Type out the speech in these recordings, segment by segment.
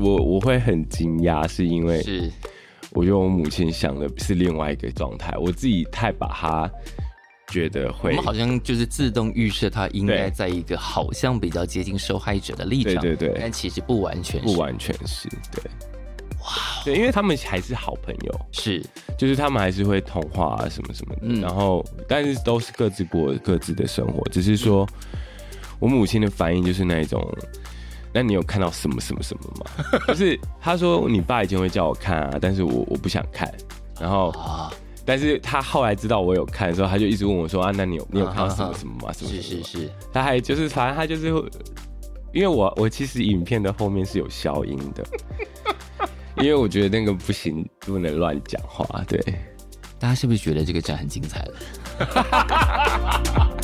我我会很惊讶，是因为是我觉得我母亲想的是另外一个状态，我自己太把她觉得我会们，好像就是自动预设他应该对在一个好像比较接近受害者的立场，对对对但其实不完全是不完全是对。哇，哦对，因为他们还是好朋友，是就是他们还是会通话啊什么什么的，嗯然后但是都是各自过各自的生活，只是说嗯我母亲的反应就是那一种，那你有看到什么什么什么吗？ 就是她说你爸以前会叫我看啊，但是我我不想看，然后啊，但是她后来知道我有看的时候，她就一直问我说啊，那你有你有看到什么什么吗？什么什是么啊是吗是，他还就是，反正他就是会，因为我我其实影片的后面是有消音的， 因为我觉得那个不行，不能乱讲话。对，大家是不是觉得这个展很精彩了？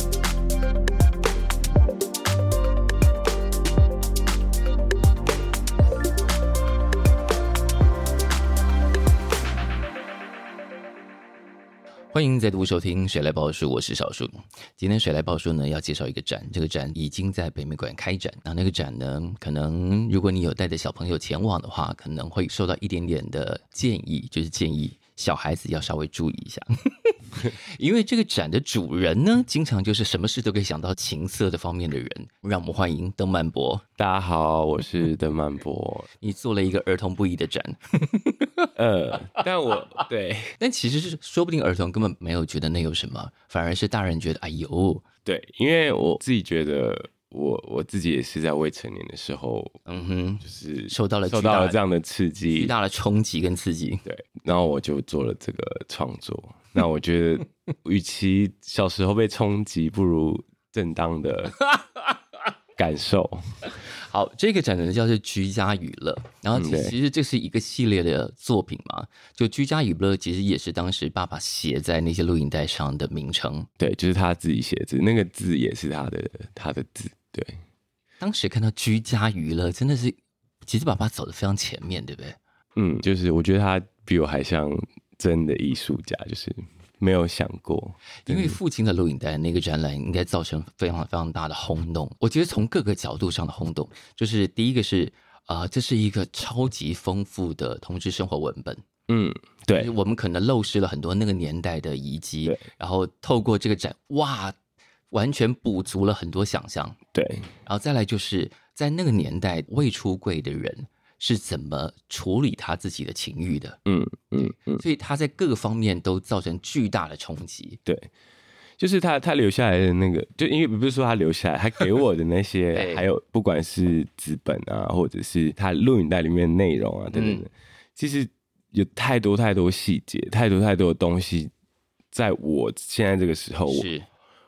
欢迎再度收听《谁来报数》，我是小树。今天《谁来报数》呢，要介绍一个展，这个展已经在北美馆开展。那那个展呢，可能呃如果你有带着小朋友前往的话，可能会受到一点点的建议，就是建议小孩子要稍微注意一下， 因为这个展的主人呢，经常就是什么事都可以想到情色的方面的人。让我们欢迎邓曼博，大家好，我是邓曼波。你做了一个儿童不宜的展， 呃，但我对但其实是说不定儿童根本没有觉得那有什么，反而是大人觉得哎呦，对，因为我自己觉得我我自己也是在未成年的时候，嗯哼，就是受到了受巨大到了的这样的刺激巨，大的冲击跟刺激。对，然后我就做了这个创作。那我觉 得，与其小时候被冲击，不如正当的 感受。好，这个展呢叫是居家娱乐，然后嗯其对其实这是一个系列的作品嘛，就居家娱乐其实也是当时爸爸写在那些录影带上的名称。对，就是他自己写字，那个字也是他的他的字。对，当时看到居家娱乐，真的是，其实爸爸走的非常前面，对不对？嗯，就是我觉得他比我还像真的艺术家，就是没有想过。因为父亲的录影带那个展览应该造成非常非常大的轰动，我觉得从各个角度上的轰动，就是第一个是啊、呃这是一个超级丰富的同志生活文本，嗯，就是对，我们可能漏失了很多那个年代的遗迹对，然后透过这个展，哇，完全补足了很多想象。对，然后再来就是在那个年代未出柜的人是怎么处理他自己的情欲的，嗯嗯嗯，所以他在各个方面都造成巨大的冲击。对。就是他，他留下来的那个，就因为不是说他留下来，他给我的那些 对，还有不管是资本啊，或者是他录影带里面的内容啊等等嗯的，其实有太多太多细节，太多太多的东西，在我现在这个时候，我是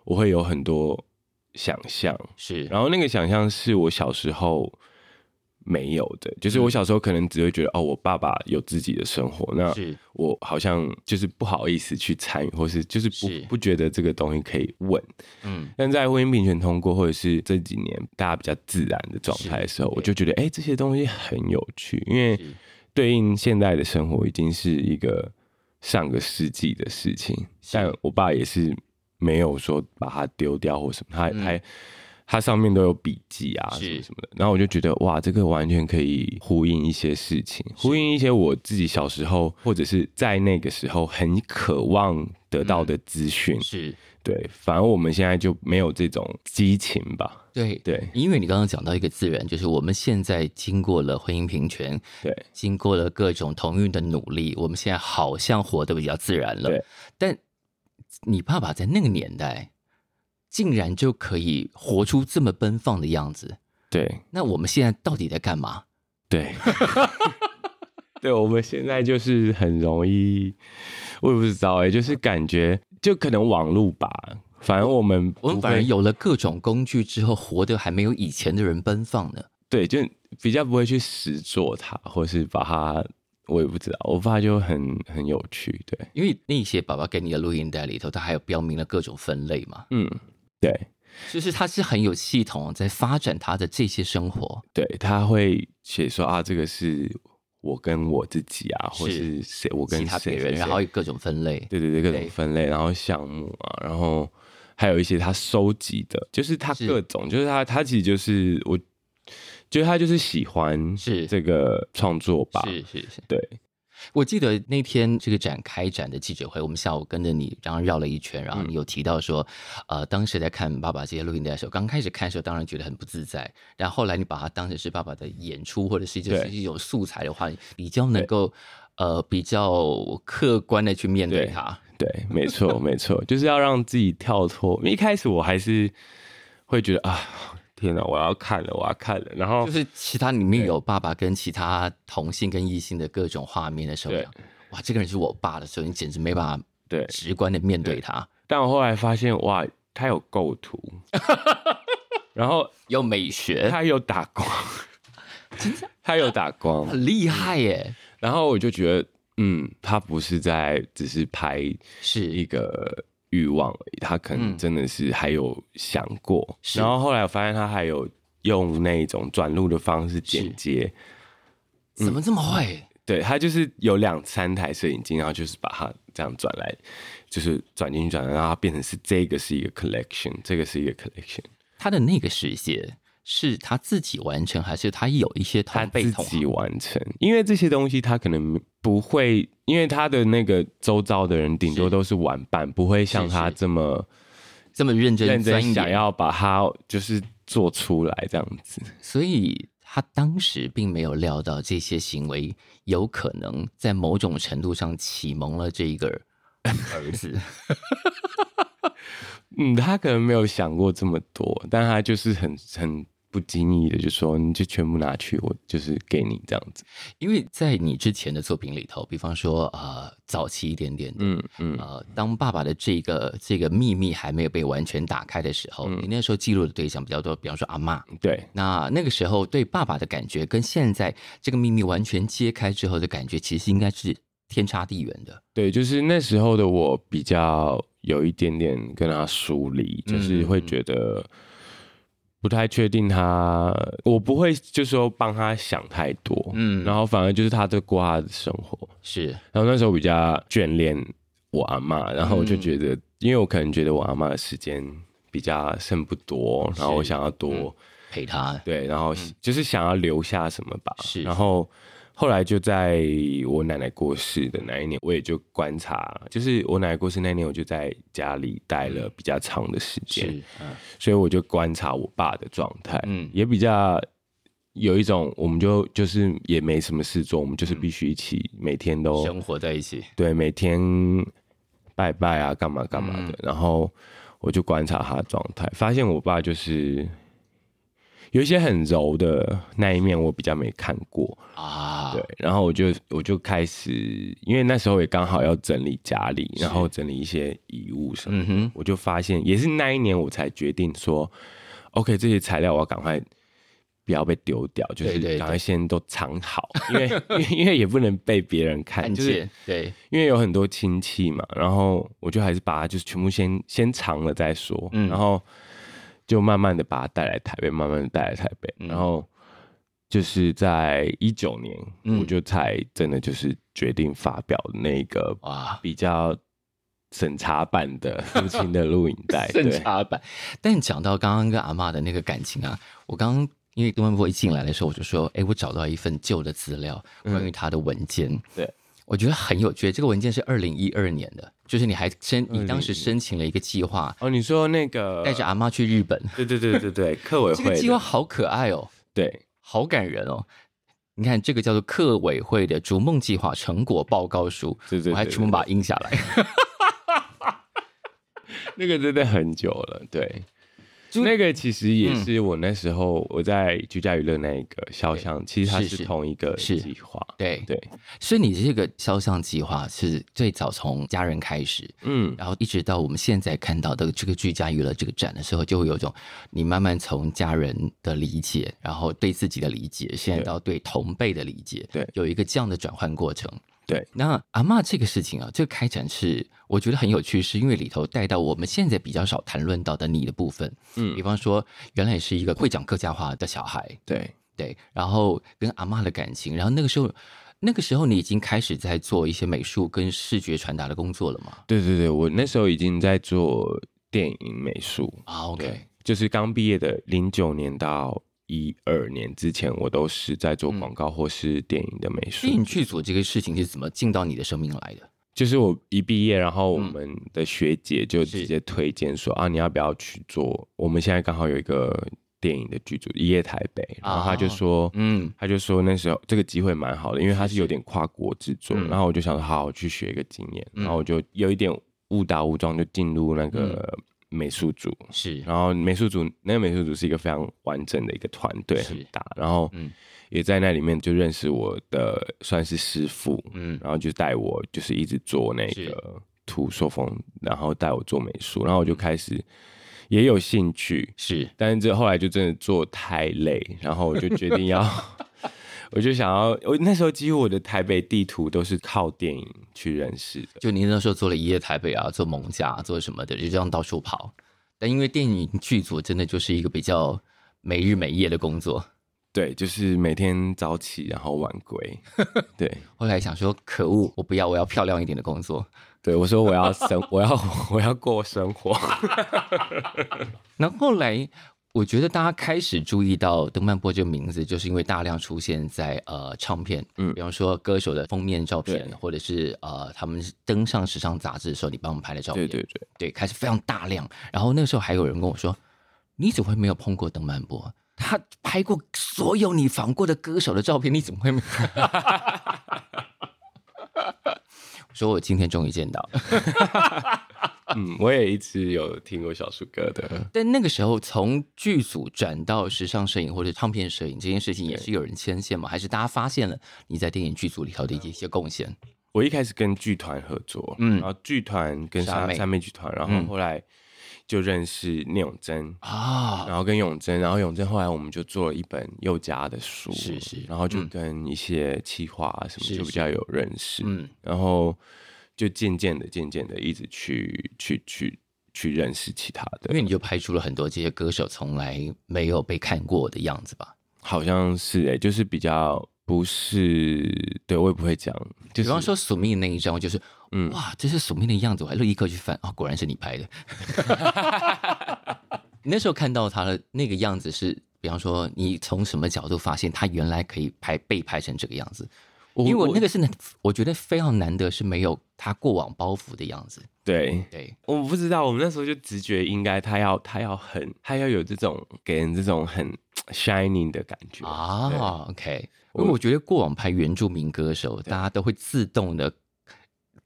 我会有很多想象，是，然后那个想象是我小时候没有的，就是嗯我小时候可能只会觉得哦，我爸爸有自己的生活，那是我好像就是不好意思去参与，或是就是不是不觉得这个东西可以问。嗯，但在婚姻平权通过，或者是这几年大家比较自然的状态的时候，是我就觉得哎、这些东西很有趣，因为是对应现代的生活已经是一个上个世纪的事情，但我爸也是没有说把它丢掉或什么，他还、他上面都有笔记啊嗯是什么什么的，然后我就觉得哇，这个完全可以呼应一些事情，呼应一些我自己小时候或者是在那个时候很渴望得嗯到的资讯，是，对，反而我们现在就没有这种激情吧，对对因为你刚刚讲到一个自然，就是我们现在经过了婚姻平权，对，经过了各种同运的努力，我们现在好像活得比较自然了。对，但你爸爸在那个年代，竟然就可以活出这么奔放的样子，对。那我们现在到底在干嘛？对， 对，我们现在就是很容易，我也不知道哎、就是感觉就可能网路吧，反正我们不我会们反而有了各种工具之后，活得还没有以前的人奔放呢。对，就比较不会去实做它，或是把它，我也不知道，我爸就很很有趣，对，因为那些爸爸给你的录音带里头，他还有标明了各种分类嘛，嗯，对就是他是很有系统在发展他的这些生活。对，他会写说啊，这个是我跟我自己啊，或是是谁我跟其他谁别人，谁然谁后有各种分类。对对对，各对种分类，然后项目啊，然后还有一些他收集的，就是他是各种，就是他他其实就是我觉得他就是喜欢是这个创作吧，是是是，对，我记得那天这个展开展的记者会，我们下午跟着你，然后绕了一圈，嗯然后你有提到说，呃，当时在看爸爸这些录音带的时候，刚开始看的时候当然觉得很不自在，然后后来你把它当成是爸爸的演出，或者是就是对一种素材的话，比较能够呃比较客观的去面对对它。对，没 错，没错，就是要让自己跳脱。一开始我还是会觉得啊，天哪，我要看了，我要看了。然后就是其他里面有爸爸跟其他同性跟异性的各种画面的时候对，哇，这个人是我爸的时候，你简直没办法对，直观的面对他，但我后来发现，哇，他有构 图，然后有美学，他有打光， 他有打光，很厉害耶，然后我就觉得，嗯，他不是在只是拍一是个欲望而已，他可能嗯真的是还有想过。是然后后来我发现他还有用那种转录的方式剪接，嗯怎么这么会？对他就是有两三台摄影机，然后就是把它这样转来，就是转进去转来，然后它变成是这个是一个 collection，这个是一个 collection，他的那个实现是他自己完成，还是他有一些他同辈自同己行？完成。因为这些东西他可能不会，因为他的那个周遭的人顶多是都是玩伴，不会像他是这么这么认真认钻真研想，要把它就是做出来这样子。所以他当时并没有料到这些行为有可能在某种程度上启蒙了这一个儿子。嗯，他可能没有想过这么多，但他就是很很不经意的就说，你就全部拿去，我就是给你这样子。 因为在你之前的作品里头，比方说呃早期一点点的，嗯嗯。呃，当爸爸的这个这个秘密还没有被完全打开的时嗯候，你那时候记录的对象比较多，比方说阿嬷。对，那那个时候对爸爸的感觉，跟现在这个秘密完全揭开之后的感觉，其实应该是天差地远的。对，就是那时候的我比较有一点点跟他疏离，就是会觉得不太确定他，我不会就是说帮他想太多，嗯，嗯然后反而就是他在过他的生活，是然后那时候比较眷恋我阿妈，然后我就觉得，因为我可能觉得我阿妈的时间比较剩不多，然后我想要多。陪他，对，然后就是想要留下什么吧。嗯是然后后来就在我奶奶过世的那一年，我也就观察，就是我奶奶过世那一年，我就在家里待了比较长的时间，嗯是嗯所以我就观察我爸的状态，嗯也比较。有一种，我们就就是也没什么事做，我们嗯就是必须一起每天都生活在一起，对，每天拜拜啊，干嘛干嘛嗯的。然后我就观察他的状态，发现我爸就是有一些很柔的那一面，我比较没看过。啊，对，，然后我就我就开始，因为那时候也刚好要整理家里，然后整理一些遗物什么的，嗯哼我就发现也是那一年我才决定说，OK，这些材料我要赶快。不要被丢掉，就对对是对赶快先都藏好，因为 因为因为也不能被别人看，看哎就是见，对，因为有很多亲戚嘛，然后我就还是把它就是全部先先藏了再说，嗯然后就慢慢的把它带来台北，慢慢的带来台北，然后就是在一九年，嗯我就才真的就是决定发表那个哇，比较审查版 的父亲的录影带，剩哎对，茶版。但讲到刚刚跟阿嬷的那个感情啊，我刚刚因为东文波一进来的时候，我就说，哎，我找到一份旧的资料，关于他的文件。嗯对。我觉得很有趣，这个文件是二零一二年的，就是你还申，你当时申请了一个计划，哦，你说那个带着阿妈去日本，对对对对 对，客委呃会这个的计划好可爱哦，对。好感人哦。你看，这个叫做客委会的逐梦计划成果报告书，对对对我还全部把它印下来。那个真的很久了，对。那个其实也嗯是我那时候我在居家娱乐那一个肖像，其实它是是是同一个是计划，对，对，所以你这个肖像计划是最早从家人开始，嗯，然后一直到我们现在看到的这个居家娱乐这个展的时候，就会有一种你慢慢从家人的理解，然后对自己的理解，现在到对同辈的理解，对有一个这样的转换过程。对，那阿嬷这个事情啊，这个开展是我觉得很有趣，是因为里头带到我们现在比较少谈论到的你的部分，嗯比方说原来是一个会讲客家话的小孩，对，对，然后跟阿嬷的感情，然后那个时候，那个时候你已经开始在做一些美术跟视觉传达的工作了嘛？对对对，我那时候已经在做电影美术，啊，OK，就是刚毕业的零九年到一二年之前，我都是在做广告或是电影的美术。嗯电影剧组这个事情是怎么进到你的生命来的？就是我一毕业，然后我嗯们的学姐就直接推荐说、啊，你要不要去做？我们现在刚好有一个电影的剧组《一夜台北》，然后她就说，啊嗯，她就说那时候这个机会蛮好的，因为它是有点跨国制作。嗯然后我就想说，好，我去学一个经验。然后我就有一点误打误撞就进入那个嗯美术组，是然后美术组那个美术组是一个非常完整的一个团队，是很大，然后嗯也在那里面就认识我的算是师傅，嗯然后就带我就是一直做那是个涂塑封，然后带我做美术，然后我就开始也有兴趣，是但是这后来就真的做太累，然后我就决定要。我就想要，我那时候几乎我的台北地图都是靠电影去认识的，就您那时候做了一夜台北啊，做蒙甲、做什么的，就这样到处跑。但因为电影剧组真的就是一个比较没日没夜的工作，对，就是每天早起然后晚归，对。后来想说，可恶，我不要，我要漂亮一点的工作。对，我说我要生，我要我要过生活。然后后来，我觉得大家开始注意到邓曼波这个名字，就是因为大量出现在呃唱片，嗯比方说歌手的封面照片对，或者是呃他们登上时尚杂志的时候，你帮我们拍的照片，对对对，对，开始非常大量。然后那个时候还有人跟我说：“你怎么会没有碰过邓曼波？他拍过所有你访过的歌手的照片，你怎么会没有？” 我说我今天终于见到了，嗯，我也一直有听过小树哥的。但那个时候从剧组转到时尚摄影或者唱片摄影这件事情，也是有人牵线吗？还是大家发现了你在电影剧组里头的一些贡献？我一开始跟剧团合作，嗯嗯，然后剧团跟傻三妹三妹剧团，然嗯后后来就认识聂永贞，啊，然后跟永贞，然后永贞后来我们就做了一本佑家的书，是是嗯然后就跟一些企划啊什是么就是比较有认识，嗯然后就渐渐的、渐渐的一直去去去去认识其他的因，为你就拍出了很多这些歌手从来没有被看过的样子吧？好像是哎、就是比较不是，对我也不会讲，就是比方说索命那一张，我就是，嗯哇，这是索命的样子，我还立刻去翻啊、果然是你拍的。 你那时候看到他的那个样子是，比方说你从什么角度发现他原来可以拍被拍成这个样子？因为我那个是，我觉得非常难得是没有他过往包袱的样子。对，对，我不知道，我们那时候就直觉应该他要他要很他要有这种给人这种很 shining 的感觉对啊，OK，因我为我觉得过往拍原住民歌手，大家都会自动的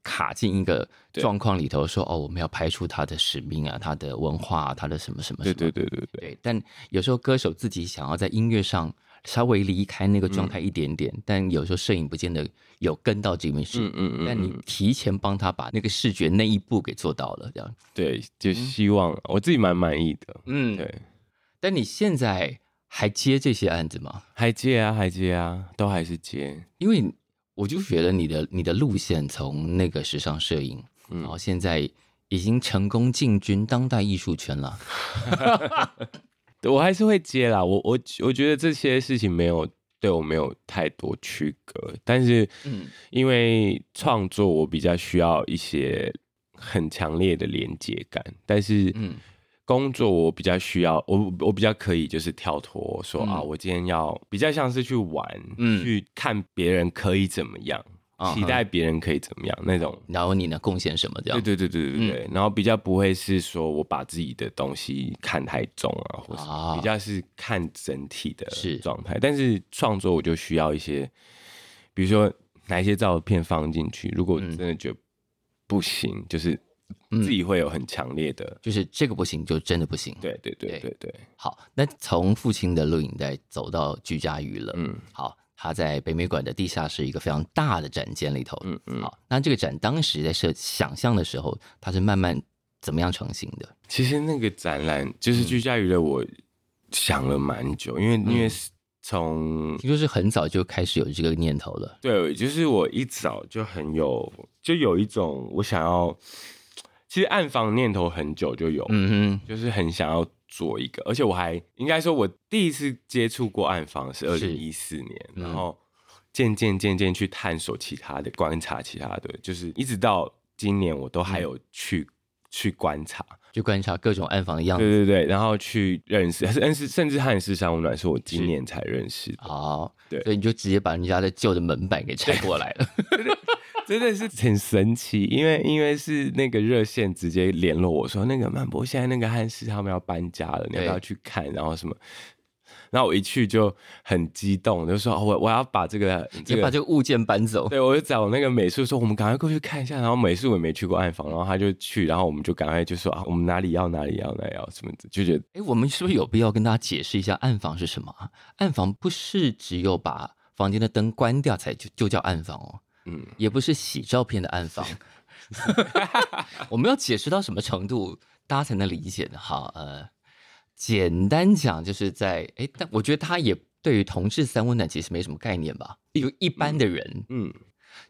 卡进一个对状况里头说哦，我们要拍出他的使命啊，他的文化、啊，他的什么什么什对么。对对对对，对，但有时候歌手自己想要在音乐上稍微离开那个嗯状态一点点，但有时候摄影不见得有跟到这件事。嗯嗯嗯，但你嗯提前帮他把那个视觉那一步给做到了，这样。对就希望、我自己蛮满意的，嗯，。对，但你现在还接这些案子吗？还接啊还接啊，都还是接，因为我就觉得你的你的路线从那个时尚摄影，嗯然后现在已经成功进军当代艺术圈了。我还是会接啦，我我我觉得这些事情没有对我没有太多区隔，但是嗯因为创作我比较需要一些很强烈的连接感，但是嗯工作我比较需要，我我比较可以就是跳脱说、嗯啊，我今天要比较像是去玩，嗯去看别人可以怎么样，啊哈期待别人可以怎么样那种。然后你能贡献什么？这样嗯对对对对对对，然后比较不会是说我把自己的东西看太重啊，或啊是比较是看整体的是状态。但是创作我就需要一些，比如说哪一些照片放进去，如果真嗯的觉得不行，就是自己会有很强烈的，就是这个不行，就真的不行。对对对对对对，好，那从父亲的录影带走到居家娱乐，嗯好，他在北美馆的地下室一个非常大的展间里头，嗯嗯。好，那这个展当时在设想象的时候，它是慢慢怎么样成型的？其实那个展览嗯就是居家娱乐，我想了蛮久，因为因嗯为是从听说是很早就开始有这个念头了，对，就是我一早就很有，就有一种我想要，其实暗访念头很久就有，嗯就是很想要做一个，而且我还应该说，我第一次接触过暗访是二零一四年，嗯然后渐渐渐渐去探索其他的，观察其他的，就是一直到今年我都还有去、去观察，哼，去观察各种暗房的样子。对对对，然后去认识，甚至甚至汉室商务暖是我今年才认识的，好，对所以你就直接把人家的旧的门板给拆过来了。真的是很神奇，因为因为是那个热线直接联络我说，那个曼博现在那个汉室他们要搬家了，你要不要对去看？然后什么？然后我一去就很激动，就说哦我我要把这个这你个把这个物件搬走。对，我就找那个美术说，我们赶快过去看一下。然后美术也没去过暗房，然后他就去，然后我们就赶快就说啊，我们哪里要哪里要哪里要什么的，就觉得哎，我们是不是有必要跟大家解释一下暗房是什么啊？暗房不是只有把房间的灯关掉才就就叫暗房哦，嗯，也不是洗照片 的暗房。我们要解释到什么程度，大家才能理解呢？好，呃，简单讲就是在哎，但我觉得他也对于同志三温暖其实没什么概念吧，就一般的人，嗯，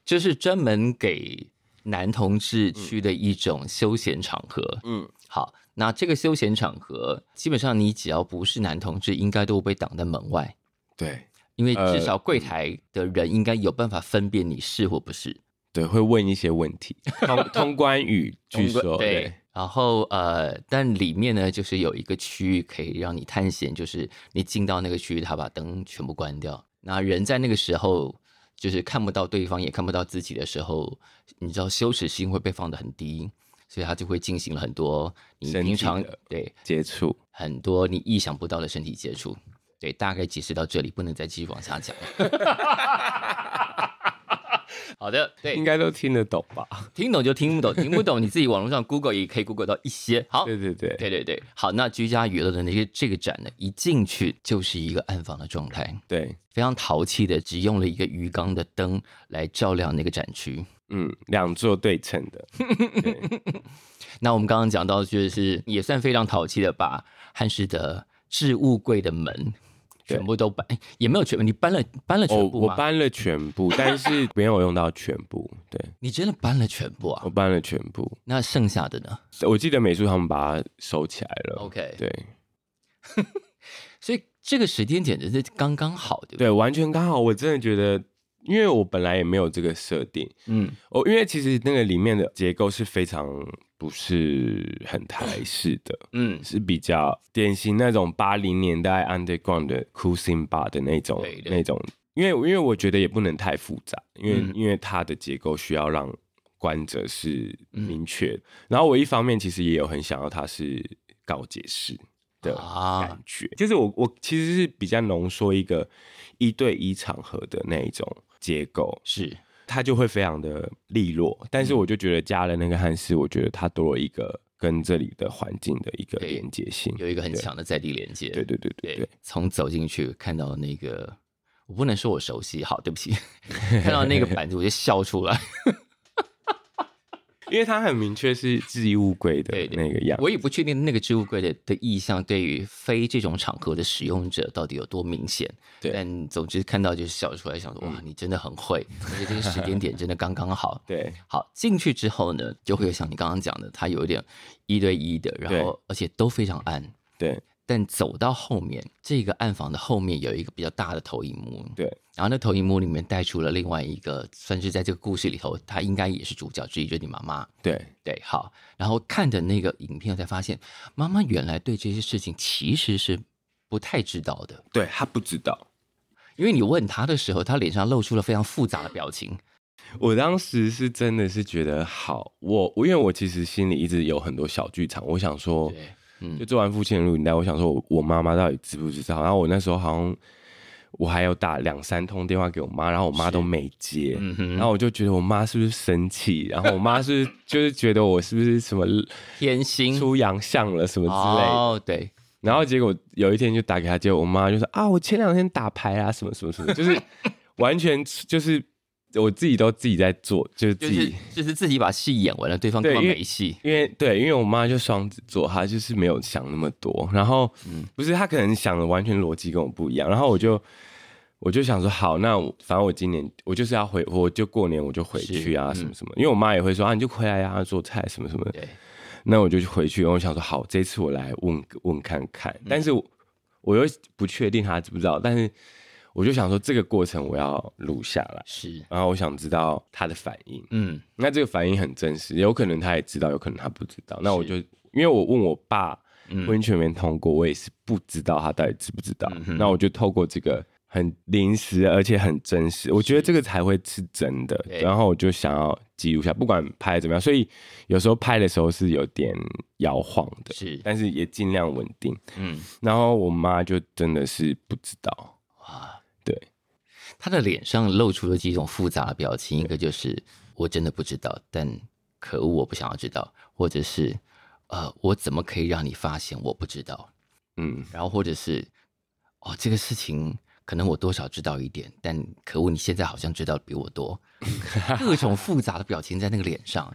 就是专门给男同志去的一种休闲场合。嗯嗯，好，那这个休闲场合，基本上你只要不是男同志，应该都被挡在门外，对因为呃至少柜台的人应该有办法分辨你是或不是。对，会问一些问题，通通关语，据 通说过对对，。然后呃，但里面呢，就是有一个区域可以让你探险，就是你进到那个区域，他把灯全部关掉，那人在那个时候就是看不到对方，也看不到自己的时候，你知道羞耻心会被放得很低，所以他就会进行了很多你身体平常的对接触。很多你意想不到的身体接触。对，大概解释到这里，不能再继续往下讲了。 好的，对，应该都听得懂吧？听懂就听不懂，听不懂你自己网络上 Google 也可以 Google 到一些。好，对对对，对对对好，那居家娱乐的那些这个展呢，一进去就是一个暗房的状态，对，非常淘气的，只用了一个鱼缸的灯来照亮那个展区。嗯，两座对称的，对那我们刚刚讲到，就是也算非常淘气的，把汉室的置物柜的门对全部都搬，哎也没有全部，你搬了搬了我 全部我吗？搬了全部，但是没有用到全部，对你真的搬了全部啊我？搬了全部。那剩下的呢我记得美术他们把它收起来了。 ？OK，，对所以这个时间点真是刚刚好，对不对？对，完全刚好。我真的觉得，因为我本来也没有这个设定，嗯，哦，因为其实那个里面的结构是非常不是很台式的，嗯，是比较典型那种八零年代 underground 的 cruising bar 的那种对对那种。因为因为我觉得也不能太复杂，因为、嗯因为它的结构需要让观者是嗯明确。的。然后我一方面其实也有很想要它是告解式的啊感，觉，就是我我其实是比较浓缩一个一对一场合的那一种结构，是它就会非常的利落。但嗯是我就觉得加了那个汉斯，我觉得它多了一个跟这里的环境的一个对连接性。有一个很强的在地连接。对对对对对，从走进去看到那个，我不能说我熟悉，好，对不起， 看到那个板子我就笑出 来。因为它很明确是置物柜的对对那个样子。我也不确定那个置物柜的的意向对于非这种场合的使用者到底有多明显。对嗯但总之看到就笑出来，想说哇，你真的很会，而且这个时间点真的刚刚好。对 好，进去之后呢，就会有像你刚刚讲的，它有一点一对一的，然后而且都非常暗。对但走到后面，这个暗房的后面有一个比较大的投影幕，对然后那投影幕里面带出了另外一个，算是在这个故事里头，她应该也是主角之一，就是你妈妈。对对，好，然后看的那个影片才发现，妈妈原来对这些事情其实是不太知道的，对，他不知道。因为你问她的时候，她脸上露出了非常复杂的表情。我当时是真的是觉得好，我我因为我其实心里一直有很多小剧场，我想说，对，就嗯，做完父亲的录影带，我想说我我妈妈到底知不知道？然后我那时候好像我还有打两三通电话给我妈，然后我妈都没接，嗯哼然后我就觉得我妈是不是生气？然后我妈是不是就是觉得我是不是什 么天心出洋相了什么之类的？哦，对，然后结果有一天就打给他，结果我妈就说啊，我前两天打牌啊，什么什么什么，就是 完全就是我自己都自己在做，就是就自己。是就是自己把戏演完了，对方根对本因为没戏。因为对，因为我妈就双子座，她就是没有想那么多。然后，不是她可能想的完全逻辑跟我不一样。然后我就我就想说，好，那我反正我今年我就是要回，我就过年我就回去啊，什么什么。因为我妈也会说啊，你就回来啊，做菜什么什么的对。那我就回去，然后我想说，好，这次我来问问看看。但是我我又不确定她知不知道，但是我就想说，这个过程我要录下来，是，然后我想知道她的反应。嗯，那这个反应很真实，有可能他也知道，有可能他不知道。那我就因为我问我爸嗯温泉没通过，我也是不知道他到底知不知道。哼那我就透过这个很临时而且很真实，我觉得这个才会是真的。对然后我就想要记录下，不管拍怎么样，所以有时候拍的时候是有点摇晃的，是但是也尽量稳定。嗯，然后我妈就真的是不知道，哇，对，他的脸上露出了几种复杂的表情，一个就是我真的不知道，但可恶，我不想要知道，或者是呃，我怎么可以让你发现我不知道？嗯，然后或者是哦，这个事情可能我多少知道一点，但可恶，你现在好像知道的比 我多，各种复杂的表情在那个脸上，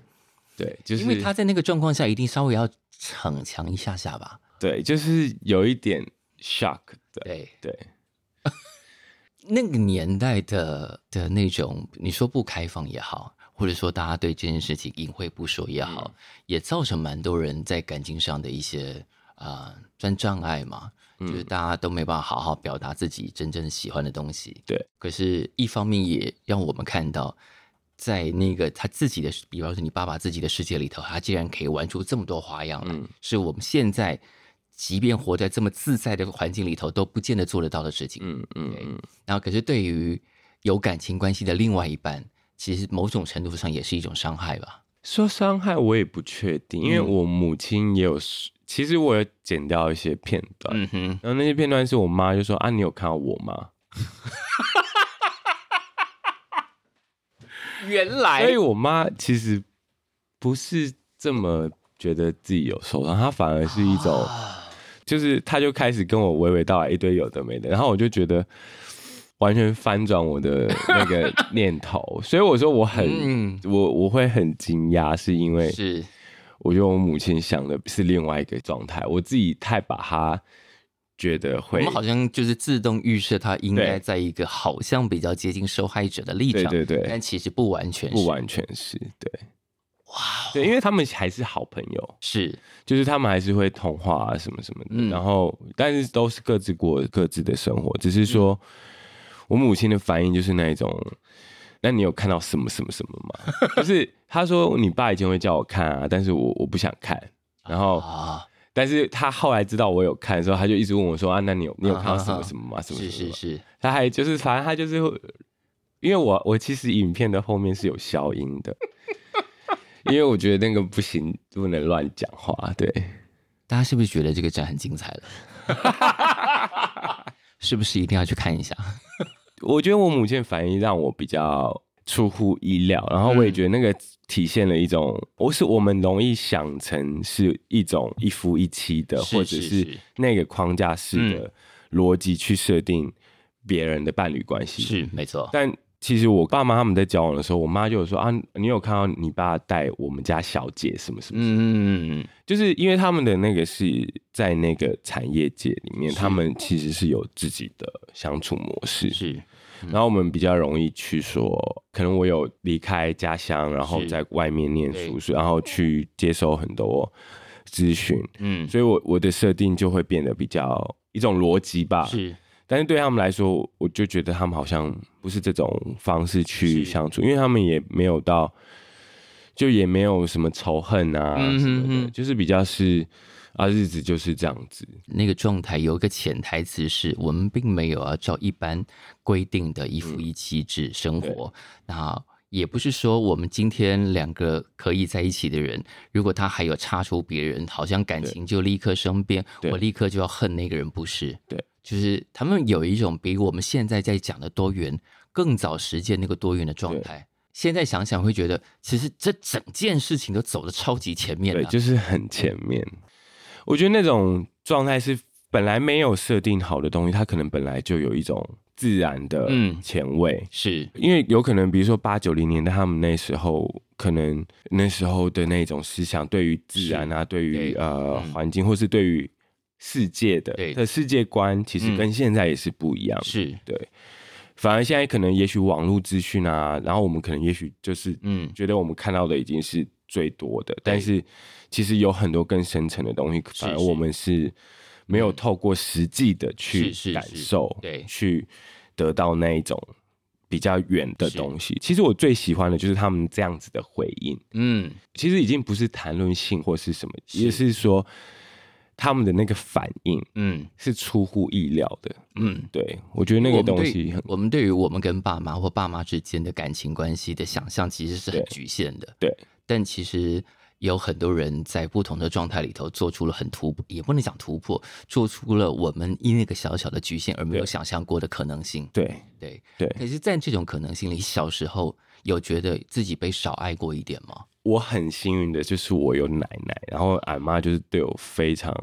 对，就是因为他在那个状况下一定稍微要逞强一下下吧？对，就是有一点 shock 的，对，对，那个年代的的那种，你说不开放也好，或者说大家对这件事情隐晦不说也好，嗯也造成蛮多人在感情上的一些啊、呃算障碍嘛，嗯就是大家都没办法好好表达自己真正喜欢的东西。对，可是，一方面也让我们看到，在那个他自己的，比方说你爸爸自己的世界里头，他竟然可以玩出这么多花样来，嗯是我们现在即便活在这么自在的环境里头，都不见得做得到的事情。嗯嗯嗯，然后可是对于有感情关系的另外一半，其实某种程度上也是一种伤害吧。说伤害我也不确定，因为嗯我母亲也有说，其实我有剪掉一些片段，嗯哼，然后那些片段是我妈就说啊，你有看到我吗？原来所以我妈其实不是这么觉得自己有受伤，她反而是一种，啊就是她就开始跟我娓娓道来一堆有的没的，然后我就觉得完全翻转我的那个 念头，所以我说我很，嗯我我会很惊讶，是因为是我觉得我母亲想的是另外一个状态，我自己太把她觉得我会们好像就是自动预设他应该对在一个好像比较接近受害者的立场，对对对但其实不完全是不完全是对哇对，因为他们还是好朋友。 是就是他们还是会通话啊什么什么的，嗯然后但是都是各自过各自的生活，只是说、嗯我母亲的反应就是那一种，那你有看到什么什么什么吗？ 就是她说你爸以前会叫我看啊，但是我我不想看，然后。啊，但是她后来知道我有看的时候，她就一直问我说：“啊，那你有你有看到什么什么吗？什么什么是是吗是，她还哎就是，反正她就是会，因为我我其实影片的后面是有消音的，因为我觉得那个不行，不能乱讲话。对，大家是不是觉得这个展很精彩 了？是不是一定要去看一下？我觉得我母亲的反应让我比较出乎意料，然后我也嗯觉得那个体现了一种，我是我们容易想成是一种一夫一妻的，是或者是是是嗯那个框架式的逻辑去设定别人的伴侣关系。，是没错，但其实我爸妈他们在交往的时候，我妈就有说啊，你有看到你爸带我们家小姐什么什么什么嗯嗯嗯嗯，就是因为他们的那个是在那个产业界里面，他们其实是有自己的相处模式。是然后我们比较容易去说，可能我有离开家乡，然后是在外面念书，是然后去接受很多咨询，嗯所以我我的设定就会变得比较一种逻辑吧。是但是对他们来说，我就觉得他们好像不是这种方式去相处，因为他们也没有到，就也没有什么仇恨啊嗯哼什么的，哼就是比较是啊，日子就是这样子。那个状态有一个潜台词是，我们并没有要照一般规定的一嗯夫一妻制生活。那也不是说我们今天两个可以在一起的人，如果他还有差出别人，好像感情就立刻生变，对我立刻就要恨那个人，不是？对，就是他们有一种比我们现在在讲的多元更早实践那个多元的状态。现在想想会觉得，其实这整件事情都走的超级前面对，了、就是很前面。我觉得那种状态是本来没有设定好的东西，它可能本来就有一种自然的嗯前卫。是因为有可能，比如说八九零年代，他们那时候可能那时候的那种思想，对于自然啊，对于对呃嗯环境，或是对于世界的对的世界观，其实嗯跟现在也是不一样的。是，对，反而现在可能也许网络资讯啊，然后我们可能也许就是嗯觉得我们看到的已经是最多的，但是其实有很多更深层的东西，是反而我们是没有透过实际的去是是感是受，对去得到那一种比较远的东西。其实我最喜欢的就是他们这样子的回应，嗯，其实已经不是谈论性或是什么，也是说他们的那个反应嗯是出乎意料的。嗯，对我觉得那我个们东对西很我们对于我们跟爸妈或爸妈之间的感情关系的想象，其实是很对局限的。对，但其实有很多人在不同的状态里头做出了很突破，也不能讲突破，做出了我们因那个小小的局限而没有对想象过的可能性。对对，对可是，在这种可能性里，小时候有觉得自己被少爱过一点吗？我很幸运的就是我有奶奶，然后俺妈就是对我非常，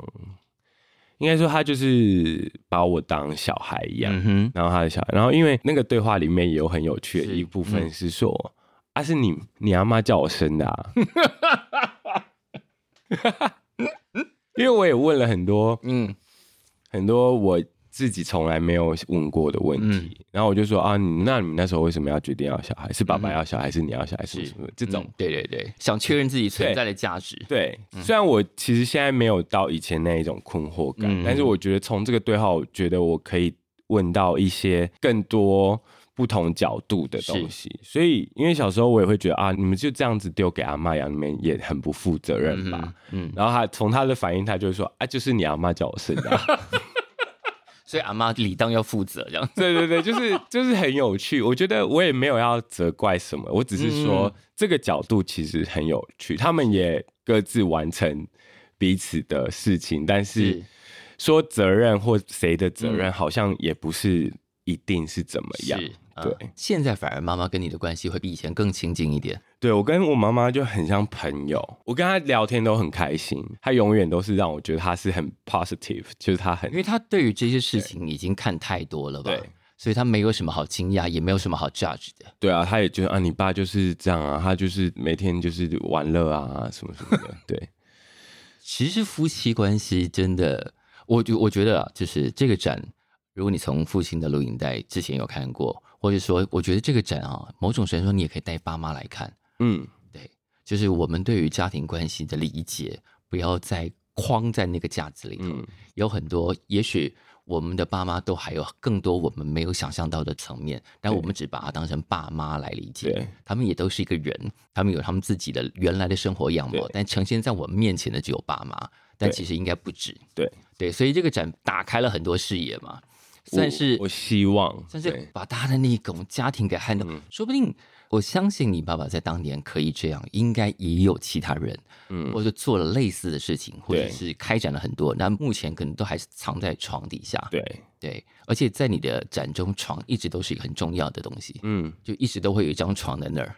应该说她就是把我当小孩一样，嗯哼，然后他的小孩，然后因为那个对话里面也有很有趣的是嗯一部分是说，啊是你你阿妈叫我生的、 啊，因为我也问了很多嗯很多我自己从来没有问过的问题，嗯然后我就说啊，你那你们那时候为什么要决定要小孩？是爸爸要小孩，还是你要小孩？什么什么这种。嗯嗯对对对，想确认自己存对在的价值。对，嗯虽然我其实现在没有到以前那一种困惑感，嗯但是我觉得从这个对话，我觉得我可以问到一些更多不同角度的东西。所以，因为小时候我也会觉得啊，你们就这样子丢给阿妈养，你们也很不负责任吧。嗯，然后他从他的反应，他就会说啊，就是你阿妈叫我生的啊、所以阿妈理当要负责这样。 对对对，就是就是很有趣。我觉得我也没有要责怪什么，我只是说、嗯这个角度其实很有趣，他们也各自完成彼此的事情，但是是嗯说责任或谁的责任，好像也不是一定是怎么样。是，嗯对现在反而妈妈跟你的关系会比以前更亲近一点。对我跟我妈妈就很像朋友，我跟她聊天都很开心，她永远都是让我觉得她是很 positive，就是她很因为他对于这些事情已经看太多了吧对，所以他没有什么好惊讶，也没有什么好 judge 的。对啊，她也觉得啊，你爸就是这样啊，他就是每天就是玩乐啊，什么什么 的，对。其实夫妻关系真的，我觉我觉得啊，就是这个展，如果你从父亲的录影带之前有看过，或者说，我觉得这个展啊，某种程度上你也可以带爸妈来看，嗯，就是我们对于家庭关系的理解，不要再框在那个架子里头。嗯有很多，也许我们的爸妈都还有更多我们没有想象到的层面，但对我们只把它当成爸妈来理解对。他们也都是一个人，他们有他们自己的原来的生活样貌对，但呈现在我们面前的只有爸妈，但其实应该不止。对对，所以这个展打开了很多视野嘛，算是我我希望，算对嗯是把他的那种家庭给撼动。说不定我相信你爸爸在当年可以这样，应该也有其他人，嗯，嗯或者做了类似的事情，或者对是开展了很多，那目前可能都还是藏在床底下。对，对，而且在你的展中，床一直都是一个很重要的东西，嗯，就一直都会有一张床在那儿。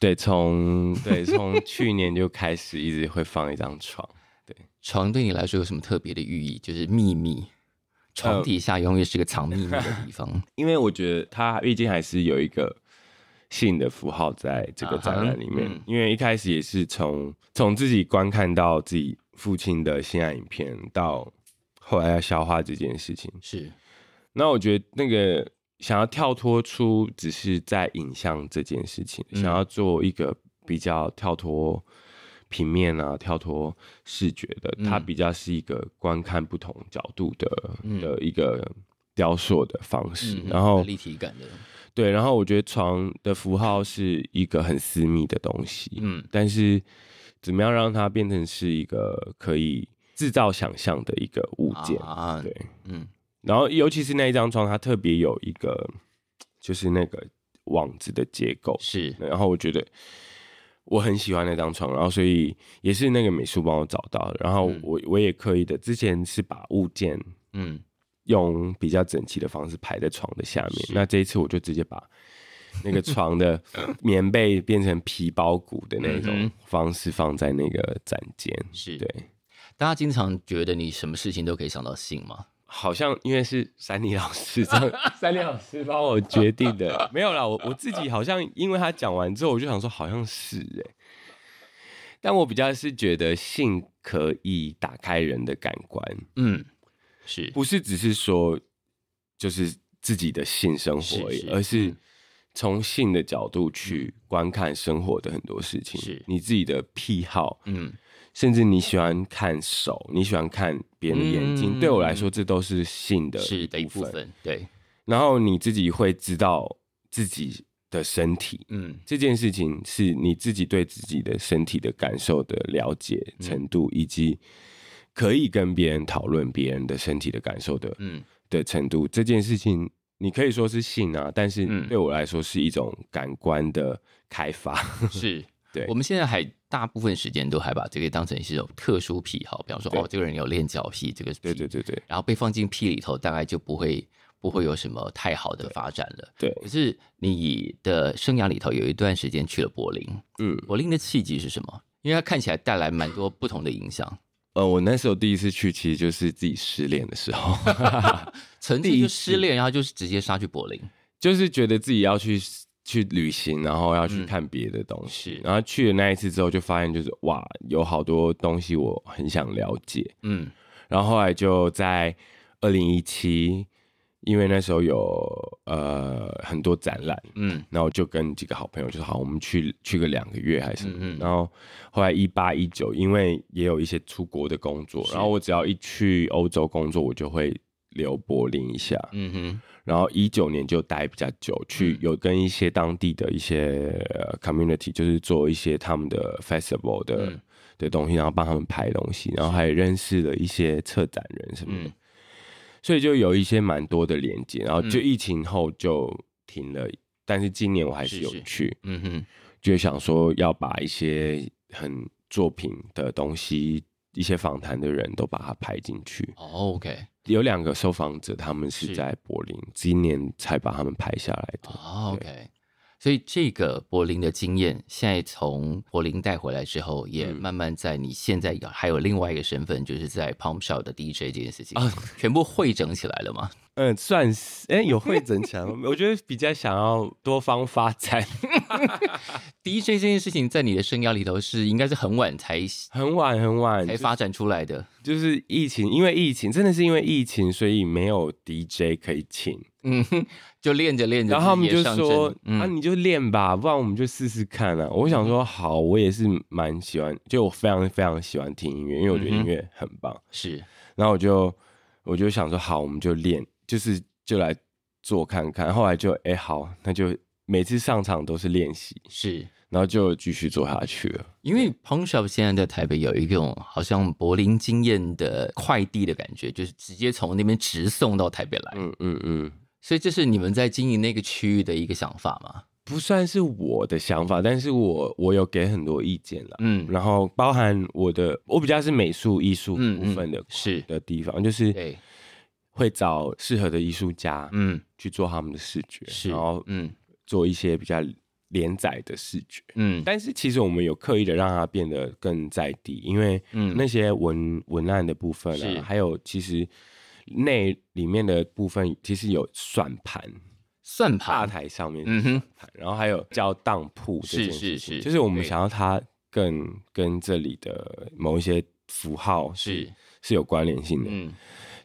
对，从对从去年就开始一直会放一张床，床对你来说有什么特别的寓意？就是秘密，床底下永远是个藏秘密的地方。因为我觉得它毕竟还是有一个性的符号在这个啊哈展览里面，嗯因为一开始也是从从自己观看到自己父亲的性爱影片，到后来要消化这件事情，是，那我觉得那个想要跳脱出只是在影像这件事情，嗯想要做一个比较跳脱平面啊、跳脱视觉的，嗯它比较是一个观看不同角度的、嗯的一个雕塑的方式。嗯然后立体感的，对，然后我觉得床的符号是一个很私密的东西，嗯但是怎么样让它变成是一个可以制造想象的一个物件？啊，对。嗯然后尤其是那一张床，它特别有一个就是那个网子的结构，是，然后我觉得我很喜欢那张床，然后所以也是那个美术帮我找到的，然后嗯我我也刻意的，之前是把物件嗯用比较整齐的方式排在床的下面，是那这一次我就直接把。那个床 的棉被变成皮包骨的那嗯种方式放在那个展间，是对，大家经常觉得你什么事情都可以想到性吗？好像因为是山里老师 这样，山里老师帮我决定 的，没有啦，我我自己好像因为他讲完之后，我就想说好像是哎、但我比较是觉得性可以打开人的感官，嗯，是不是只是说就是自己的性生活而已，是是而是嗯从性的角度去观看生活的很多事情，是你自己的癖好，嗯甚至你喜欢看手，你喜欢看别人的眼睛，嗯对我来说，这都是性的是的一部分。分，对，然后你自己会知道自己的身体。嗯这件事情是你自己对自己的身体的感受的了解程度，嗯以及可以跟别人讨论别人的身体的感受的嗯 的程度。这件事情你可以说是性啊，但是嗯对我来说是一种感官的开发。是。对我们现在还大部分时间都还把这个当成是一种特殊癖好，比方说对哦，这个人有练脚癖，这个癖 对对对对然后被放进屁里头，大概就不会不会有什么太好的发展了。对，可是你的生涯里头有一段时间去了柏林，嗯柏林的契机是什么？因为它看起来带来蛮多不同的影响，呃，我那时候第一次去，其实就是自己失恋的时候， 曾经就失恋，然后就是直接杀去柏林。就是觉得自己要去去旅行，然后要去嗯看别的东西。是然后去了那一次之后，就发现就是哇，有好多东西我很想了解。嗯然后后来就在二零一七，因为那时候有呃很多展览，嗯然后就跟几个好朋友就说好，我们去去个两个月还是什么。嗯嗯然后后来一八一九，因为也有一些出国的工作，是然后我只要一去欧洲工作，我就会留柏林一下。嗯哼然后一九年就待比较久，去嗯有跟一些当地的一些、呃 community，就是做一些他们的 festival 的、嗯的东西，然后帮他们拍东西，然后还认识了一些策展人什么的，嗯所以就有一些蛮多的连接。然后就嗯疫情后就停了，但是今年我还是有是是去，嗯哼就想说要把一些很作品的东西。一些访谈的人都把它拍进去，哦，OK，有两个受访者，他们是是在柏林，今年才把他们拍下来的。哦，OK。所以这个柏林的经验，现在从柏林带回来之后，也嗯慢慢在你现在有还有另外一个身份，就是在 Pump Shop 的 DJ 这件事情，哦全部汇整起来了吗？嗯，算是哎、有会增强， 我觉得比较想要多方发展。 DJ 这件事情在你的生涯里头是应该是很晚才很晚很晚才嗯就发展出来的。就是疫情，因为疫情真的是因为疫情，所以没有 DJ 可以请，嗯，哼， 就练着练着，然后他们自己就也上阵说、啊，嗯你就练吧，不然我们就试试看啊。我想说，好，我也是蛮喜欢，就我非常非常喜欢听音乐，因为我觉得嗯哼音乐很棒。是，然后我就我就想说，好，我们就练，就是就来做看看。后来就哎、好，那就每次上场都是练习，是然后就继续做下去了。因为 Pong Shop 现在在台北有一种好像柏林经验的快递的感觉，就是直接从那边直送到台北来，嗯嗯嗯，所以这是你们在经营那个区域的一个想法嘛？不算是我的想法，但是我我有给很多意见啦。嗯然后包含我的，我比较是美术艺术嗯部分的、是，的地方，就是对，会找适合的艺术家嗯去做他们的视觉，是，然后嗯做一些比较连载的视觉。嗯但是其实我们有刻意的让它变得更在地，因为嗯那些文文案的部分是啊，还有其实内里面的部分，其实有算盘，算大盘，台上面嗯是哼算盘，然后还有叫当铺这件事是是情，是就是我们对想要它更跟这里的某一些符号是是有关联性的，嗯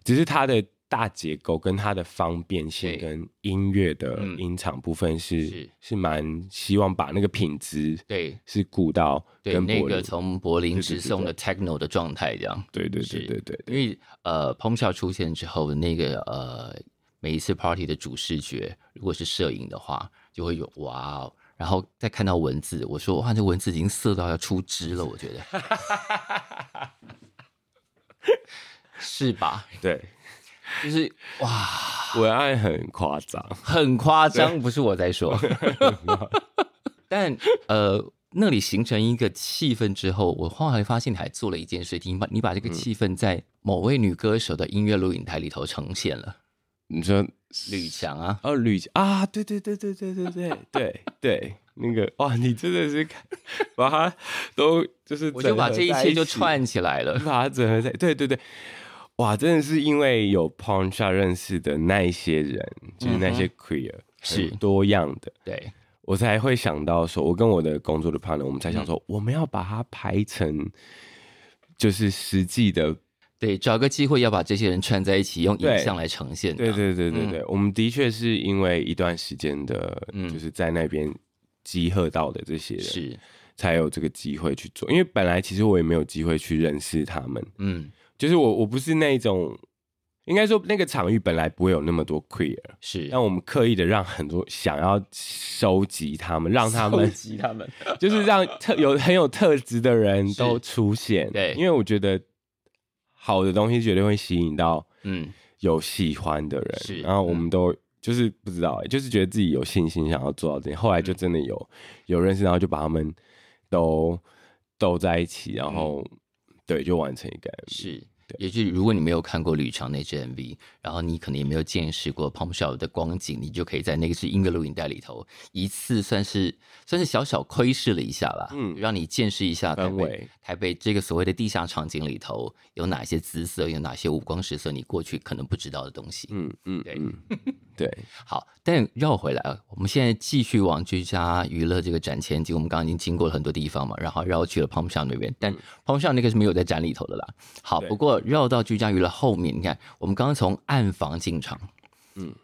只是它的。大结构跟它的方便性对跟音乐的嗯音场部分是、是是蛮希望把那个品质对是顾到对，跟那柏林个从柏林对对对直送的 techno 的状态这样。对对是对对对因对，为呃 p o m s h o 出现之后，那个呃每一次 party 的主视觉，如果是摄影的话，就会有哇哦，然后再看到文字，我说哇，这文字已经色到要出汁了，我觉得，是吧？对，就是哇，文案很夸张，很夸张，不是我在说， 但呃。那里形成一个气氛之后，我后来发现你还做了一件事情，你把你把这个气氛在某位女歌手的音乐录影带里头呈现了。你说吕强啊，哦，吕啊，对对对对对对对 对对，那个哇，你真的是看把它都就是我就把整这合一在一切就起，串起来了。 把它整合在，对对对。哇，真的是因为有 p o n c h a 认识的那一些人，就是那些 queer，、嗯是很多样的， 对，我才会想到说，我跟我的工作的 partner，我们嗯才想说，我们要把它拍成就是实际的对，找个机会要把这些人串在一起，用影对像来呈现。对，对对对嗯对，我们的确是因为一段时间的，嗯就是在那边集合到的这些人，是，才有这个机会去做。因为本来其实我也没有机会去认识他们，嗯就是我我不是那种应该说那个场域本来不会有那么多 queer，是但我们刻意的让很多想要收集他们，让他 们集他们，就是让特有很有特质的人是都出现。对因为我觉得好的东西绝对会吸引到嗯，有喜欢的人，是嗯然后我们都。就是不知道、欸，就是觉得自己有信心想要做到这些，嗯后来就真的有、有认识，然后就把他们都都在一起，然后、对，就完成一个 MV 嗯是。也就是如果你没有看过吕长那支 MV，然后你可能也没有见识过 Pump Shop 的光景，你就可以在那个是音乐录影带里头一次算是算是小小窥视了一下啦，嗯，嗯让你见识一下台氛北围台北这个所谓的地下场景里头有哪些姿色，有哪些五光十色，你过去可能不知道的东西。嗯嗯，对嗯，对，好，但绕回来啊，我们现在继续往居家娱乐这个展前景，我们刚刚已经经过了很多地方嘛，然后绕去了 Palm Shop 那边，但 Palm Shop 那个是没有在展里头的啦。好，嗯对不过绕到居家娱乐后面，你看，我们刚刚从暗房进场，嗯嗯，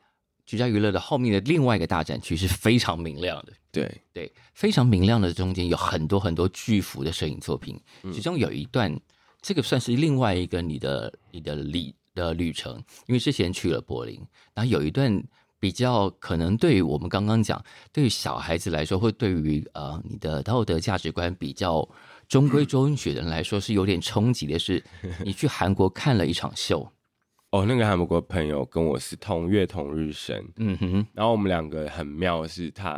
居家娱乐的后面的另外一个大展区是非常明亮的，对，对，非常明亮的中间有很多很多巨幅的摄影作品，嗯其中有一段，这个算是另外一个你的你的旅的旅程，因为之前去了柏林，然后有一段比较可能对于我们刚刚讲，对于小孩子来说，或对于呃你的道德价值观比较中规中矩的人来说是有点冲击的是，你去韩国看了一场 秀，哦，那个韩国朋友跟我是同月同日生，嗯哼，然后我们两个很妙的是他，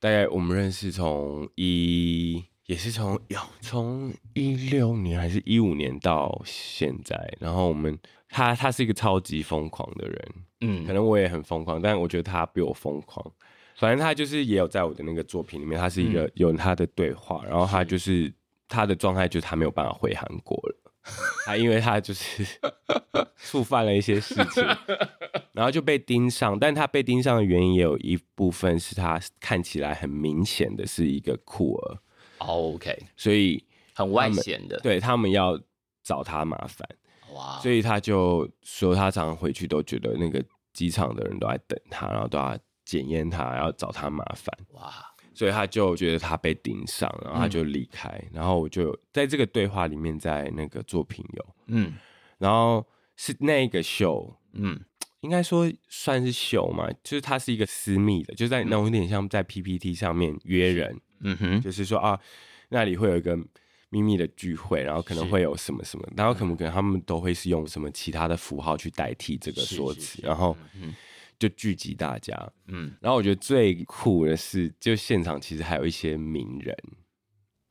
大概我们认识从一也是从哟从一六年还是一五年到现在，然后我们他他是一个超级疯狂的人，可嗯能我也很疯狂，但我觉得他比我疯狂。反正他就是也有在我的那个作品里面，他是一个有他的对话，然后他嗯就是他的状态就是他没有办法回韩国了，他因为他就是 触犯了一些事情，然后就被盯上。但他被盯上的原因也有一部分是他看起来很明显的是一个酷儿，哦，OK，所以很外他们显的，对他们要找他麻烦。哇，所以他就说他常常回去都觉得那个机场的人都在等他，然后都要检验他，然后找他麻烦，哇，所以他就觉得他被盯上，然后他就离开。然后我就在这个对话里面，在那个作品有，嗯然后是那个秀。嗯。应该说算是秀嘛，就是它是一个私密的，就在那种有点像在 PPT 上面约人，嗯哼，就是说啊，那里会有一个秘密的聚会，然后可能是嗯会有什么什么，然后可能可能他们都会是用什么其他的符号去代替这个是说是辞，是然后就聚集大家。嗯，然后我觉得最酷的是，就现场其实还有一些名人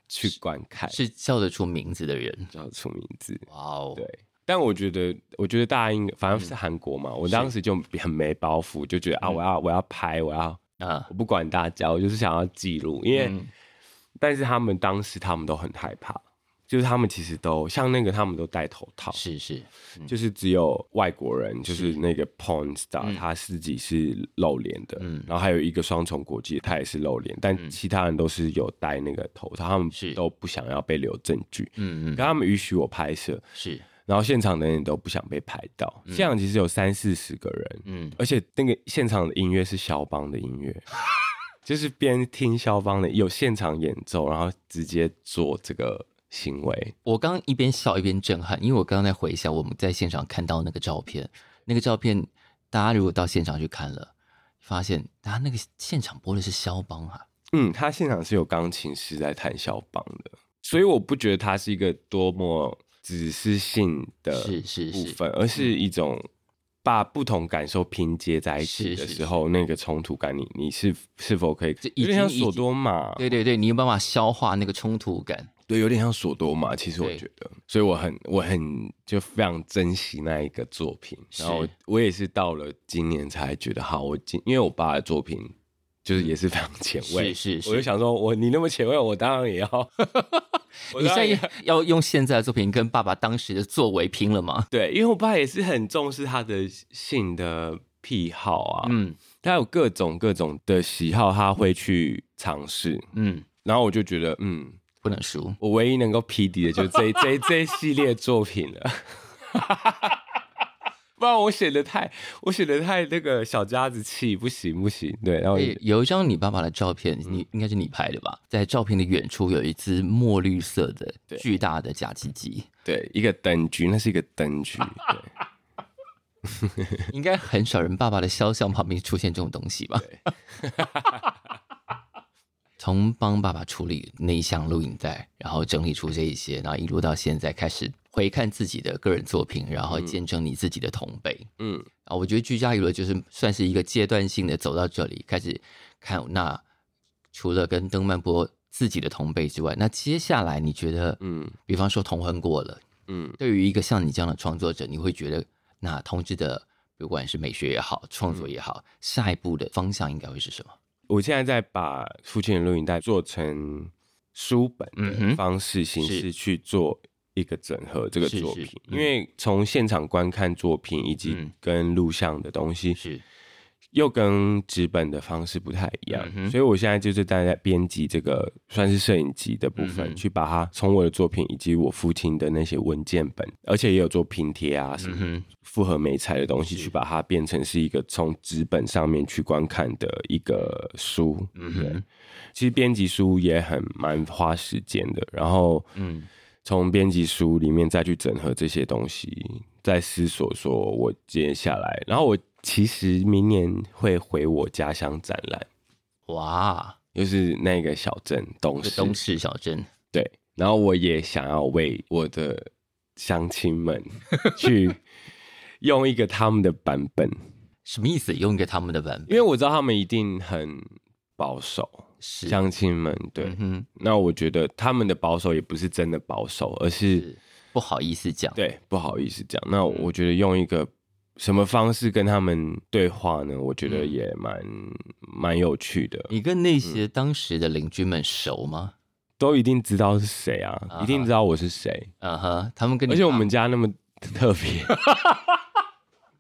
去观看，是叫得出名字的人。叫出名字。哇哦，对，但我觉得，我觉得大家应该，反正嗯是韩国嘛，我当时就很没包袱，就觉得啊，我要我要拍，我要啊，我不管大家，我就是想要记录，因为、嗯但是他们当时他们都很害怕，就是他们其实都像那个他们都戴头套，是是，就是只有外国人，就是那个 porn star、他自己是露脸的，嗯然后还有一个双重国籍，他也是露脸，但其他人都是有戴那个头套，他们是都不想要被留证据，嗯嗯，可他们允许我拍摄，是，然后现场的人也都不想被拍到，现场其实有三四十个人，嗯，而且那个现场的音乐是肖邦的音 乐，就是边听肖邦的有现场演奏，然后直接做这个行为。我刚刚一边笑一边震撼，因为我刚刚在回想我们在现场看到那个照片，那个照片大家如果到现场去看了，发现他那个现场播的是肖邦啊，嗯，他现场是有钢琴师在弹肖邦的，所以我不觉得他是一个多么指示性的是是嗯部是，分，而是一种把不同感受拼接在一起是的是时候，那个冲突感你，你是是否可以这？已有点像经已索经多玛，对对对，你有办法消化那个冲突感，对，有点像索多玛，其实我对觉得，所以我很我很就非常珍惜那一个作品。然后我是我也是到了今年才觉得好，我今因为我爸的作品就是也是非常前卫，是是是我就想说我你那么前卫，我当然也要。 我你当现然在也要要用现在的作品跟爸爸当时的作为拼了吗？对，因为我爸也是很重视他的性的癖好 啊，嗯他有各种各种的喜好，他会去尝试。嗯，然后我就觉得，嗯，不能输，我唯一能够匹敌的就是这这这一系列作品了， 不然我写的太我写的太那个小家子气，不行不行。对，然后诶有一嗯张你爸爸的照片，你应该是你拍的吧？在照片的远处有一只墨绿色的对巨大的假鸡鸡，对一个灯具，那是一个灯具，对 应该很少人爸爸的肖像旁边出现这种东西吧？ 从帮爸爸处理那一箱录影带，然后整理出这一些，然后一路到现在开始回看自己的个人作品，然后见证你自己的同辈。嗯，啊，我觉得居家娱乐就是算是一个阶段性的走到这里，开始看那除了跟邓曼波自己的同辈之外，那接下来你觉得，嗯嗯，比方说同婚过了，嗯对于一个像你这样的创作者，你会觉得那同志的不管是美学也好，创嗯作也好，下一步的方向应该会是什么？我现在在把父亲的录影带做成书本嗯的哼方式形式去做一个整合这个是作是品，嗯因为从现场观看作品以及嗯跟录像的东西，是又跟纸本的方式不太一样，嗯哼所以我现在就是大在编辑这个算是摄影集的部分，嗯哼去把它从我的作品以及我父亲的那些文件本，而且也有做拼贴啊什么、嗯哼复合媒材的东西，去把它变成是一个从纸本上面去观看的一个书。嗯哼，其实编辑书也很蛮花时间的，然后嗯。从编辑书里面再去整合这些东西，再思索说我接下来，然后我其实明年会回我家乡展览，哇，就是那个小镇东这市，东市小镇对，然后我也想要为我的乡亲 们去用一个他们的版本，什么意思？用一个他们的版因本为我知道他们一定很保守，是，乡亲们对。嗯哼，那我觉得他们的保守也不是真的保守，而是是嗯不好意思讲，对不好意思讲。那我觉得用一个什么方式跟他们对话呢？我觉嗯得也蛮蛮、有趣的。你跟那些当时的邻居们熟吗？都一定知道是谁啊，一定知道我是谁。嗯哼，他们跟你，而且我们家那么特 别，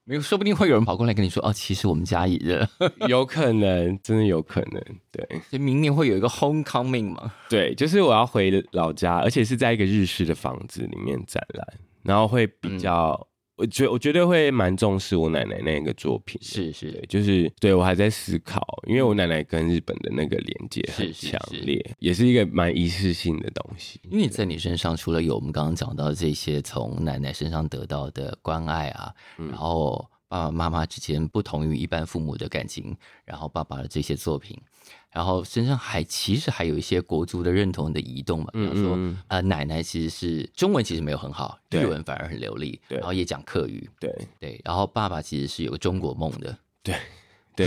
没有，说不定会有人跑过来跟你说，哦，其实我们家也 热，有可能，真的有可能。对所以明年会有一个 homecoming 嘛？对，就是我要回老家，而且是在一个日式的房子里面展览，然后会嗯比较，我觉我绝对会蛮重视我奶奶那个作品的。是对是，，就是对我还在思考，因为我奶奶跟日本的那个连接是很是强是烈，也是一个蛮仪式性的东西。因为在你身上，除了有我们刚刚讲到这些从奶奶身上得到的关爱啊，嗯然后爸爸妈妈之间不同于一般父母的感情，然后爸爸的这些作品，然后身上还其实还有一些国足的认同的移动嘛，比方说嗯嗯呃奶奶其实是中文其实没有很好，日对文反而很流利，对然后也讲客语，对对，然后爸爸其实是有中国梦的，对，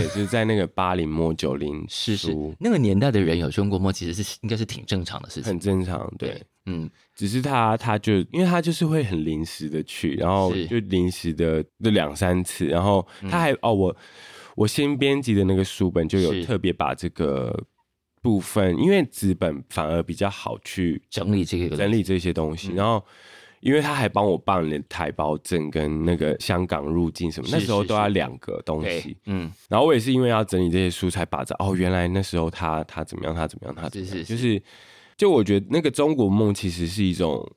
就是在那个八零末九零是是初，那个年代的人有中国梦其实是应该是挺正常的事情，很正常。对，嗯，只是他他就因为他就是会很临时的去，然后是嗯就临时的那两三次，然后他还、哦我我新编辑的那个书本就有是特别把这个部分，因为纸本反而比较好去整理这个整理这些东嗯西，然后。因为他还帮我办了台胞证跟那个香港入境什么，是那时候是都要是两个东西对。，嗯，然后我也是因为要整理这些书才把这哦，原来那时候他他怎么样，他怎么样，他怎么样，是是就是就我觉得那个中国梦其实是一种，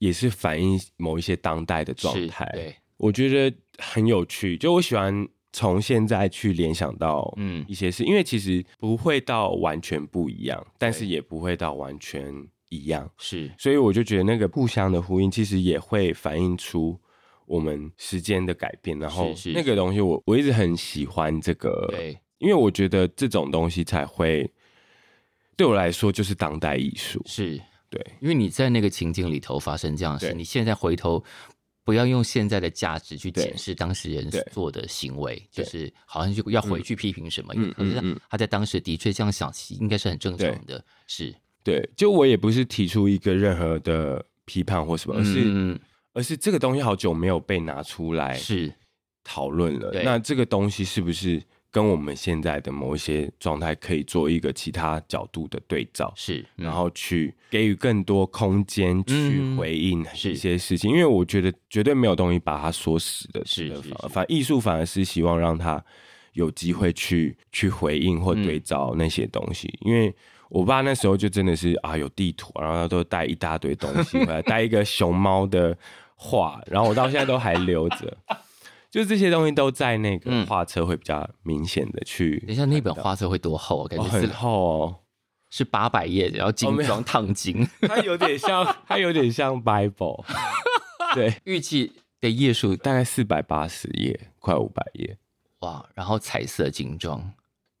也是反映某一些当代的状是态。对，我觉得很有趣，就我喜欢从现在去联想到嗯一些事，因为其实不会到完全不一样，但是也不会到完全一样，是所以我就觉得那个互相的呼应，其实也会反映出我们时间的改变。然后是是那个东西我，我一直很喜欢这个，对，因为我觉得这种东西才会对我来说就是当代艺术。是对，因为你在那个情境里头发生这样的事，对你现在回头。不要用现在的价值去对检视当事人对做的行为，就对是好像就要回去批评什么，因为嗯可是嗯嗯他在当时的确这样想，应该是很正对常的，是，对，就我也不是提出一个任何的批判或什么，而是、哎嗯而是这个东西好久没有被拿出来是讨论了。对那这个东西是不是跟我们现在的某一些状态可以做一个其他角度的对照？是，嗯然后去给予更多空间去嗯回应是一些事情，因为我觉得绝对没有东西把它说死的，是的是反是嗯反艺术反而是希望让它有机会去去回应或对照那些东西，因为。我爸那时候就真的是啊，有地图，然后他都带一大堆东西 回来，带一个熊猫的画，然后我到现在都还留着，就这些东西都在那嗯个画册会比较明显的去等一下那本画册会多厚啊？感哦，觉是很厚哦，是八百页，然后精没有装烫金，它有点像，它有点像 Bible。对预计的页数大概四百八十页，快五百页，哇，然后彩色精装，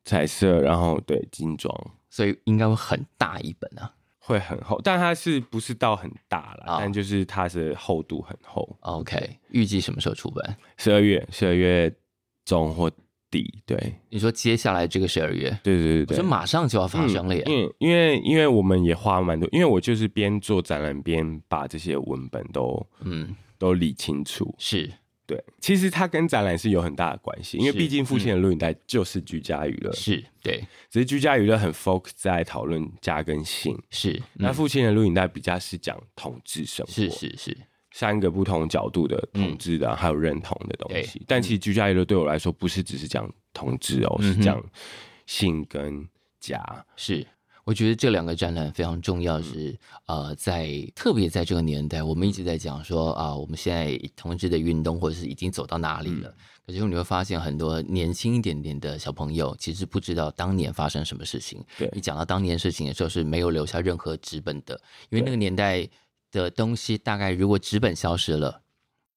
彩色，然后对精装所以应该会很大一本啊。会很厚，但它是不是到很大啦？啊但就是它是厚度很厚。 OK，预计什么时候出版？十二月，十二月中或底，对，你说接下来这个十二月，对对对我对，觉得马上就要发生了耶。嗯因为因为因为我们也花蛮多，因为我就是边做展览边把这些文本都嗯，都理清楚。是对，其实它跟展览是有很大的关系，因为是嗯毕竟父亲的录影带就是居家娱乐，是，对，只是居家娱乐很 focus 在讨论家跟性。是，那嗯父亲的录影带比较是讲统治生活，是是是，三个不同角度的统治的，还有认同的东西。但其实居家娱乐对我来说，不是只是讲统治哦，嗯嗯哼是讲性跟家。是，我觉得这两个展览非常重要是，呃，在特别在这个年代，我们一直在讲说啊、我们现在同志的运动或者是已经走到哪里了。可是你会发现，很多年轻一点点的小朋友其实不知道当年发生什么事情。对你讲到当年事情的时候，是没有留下任何纸本的，因为对那个年代的东西，大概如果纸本消失了。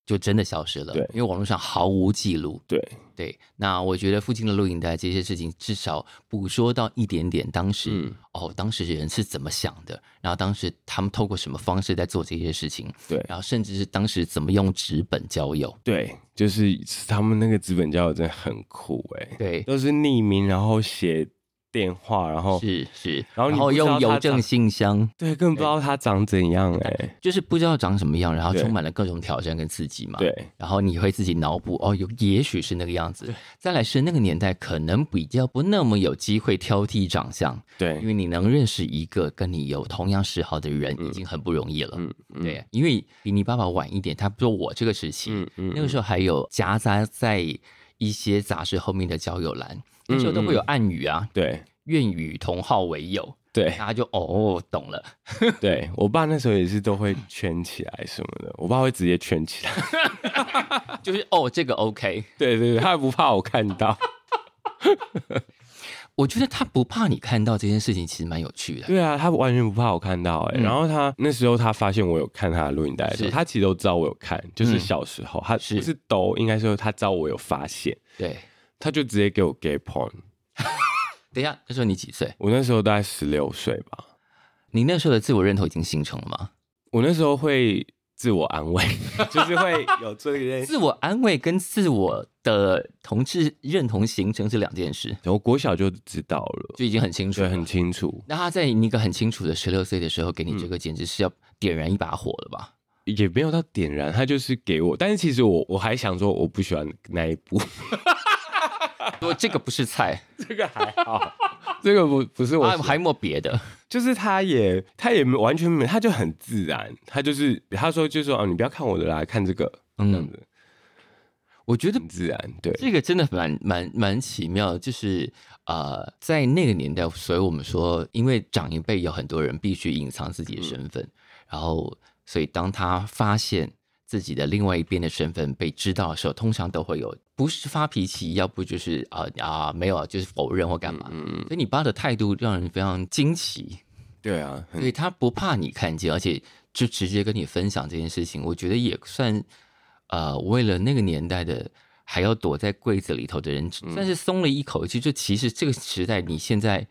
就真的消失了，对因为网络上毫无记录，对，对，那我觉得附近的录影带这些事情，至少捕捉到一点点当时、嗯哦，当时人是怎么想的，然后当时他们透过什么方式在做这些事情，对然后甚至是当时怎么用纸本交友，对，就是他们那个资本交友真的很酷哎、对，都是匿名，然后写电话，然后是是，哦然后你不知道用他邮长政信箱，对，根本不知道他长怎样哎、就是不知道长什么样，然后对充满了各种挑战跟刺激嘛，对，然后你会自己脑补哦，有也许是那个样子，再来是那个年代可能比较不那么有机会挑剔长相，因对，为你能认识一个跟你有同样嗜好的人，已经很不容易了。嗯嗯对，因为比你爸爸晚一点，他说我这个时期，嗯嗯那个时候还有夹杂在一些杂志后面的交友嗯栏，那时候都会有暗语啊，对愿与同好为友，对 大家就哦懂了。对，我爸那时候也是都会圈起来什么的，我爸会直接圈起来，就是哦，这个 OK。 对对对，他不怕我看 到，我觉得他不怕你看到这件事情，其实蛮有趣的。对啊，他完全不怕我看到哎、嗯然后他那时候他发现我有看他的录影带的时候，是他其实都知道我有看，就是嗯小时候、他是不是抖，应该说他知道我有发现，对，他就直接给我 gay porn，等一下，那时候你几岁？我那时候大概十六岁吧，你那时候的自我认同已经形成了吗？我那时候会自我安 慰，就是会有这一类。自我安慰跟自我的同志认同形成是两件事。我国小就知道了，就已经很清楚对，了。很清楚，那他在你一个很清楚的十六岁的时候给你这个，简直是要点燃一把火了吧？也没有到点燃，他就是给我。但是其实我我还想说，我不喜欢那一部， 说这个不是菜，这个还好，这个不不是我喜啊，欢，还没别的，就是他也他也没完全没，他就很自然，他就是他说就说哦，你不要看我的啦，看这个这样嗯，子，我觉得很自然，对这个真的蛮蛮蛮奇妙，就是呃，在那个年代，所以我们说，因为长一辈有很多人必须隐藏自己的身份，然后，所以当他发现自己的另外一边的身份被知道的时候，通常都会有不是发脾气，要不就是啊啊、没有啊，就是否认或干嗯嘛。所以你爸的态度让人非常惊奇，对啊，很对他不怕你看见，而且就直接跟你分享这件事情，我觉得也算呃，为了那个年代的还要躲在柜子里头的人，嗯算是松了一口气。就其实这个时代，你现在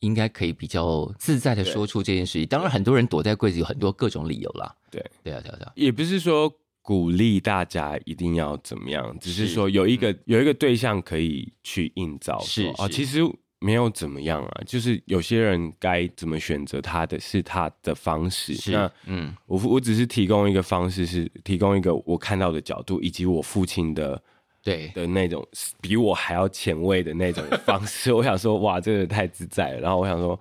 应该可以比较自在的对说出这件事情。当然，很多人躲在柜子有很多各种理由啦。对对啊，对啊，对啊，也不是说鼓励大家一定要怎么样，只是是嗯说有一个、有一个对象可以去映照说，是哦，是其实没有怎么样啊，就是有些人该怎么选择他的是他的方式。那是，嗯，我我只是提供一个方式，是提供一个我看到的角度，以及我父亲的对，的那种比我还要前卫的那种方式。 我想说，哇，这个太自在了。然后我想说，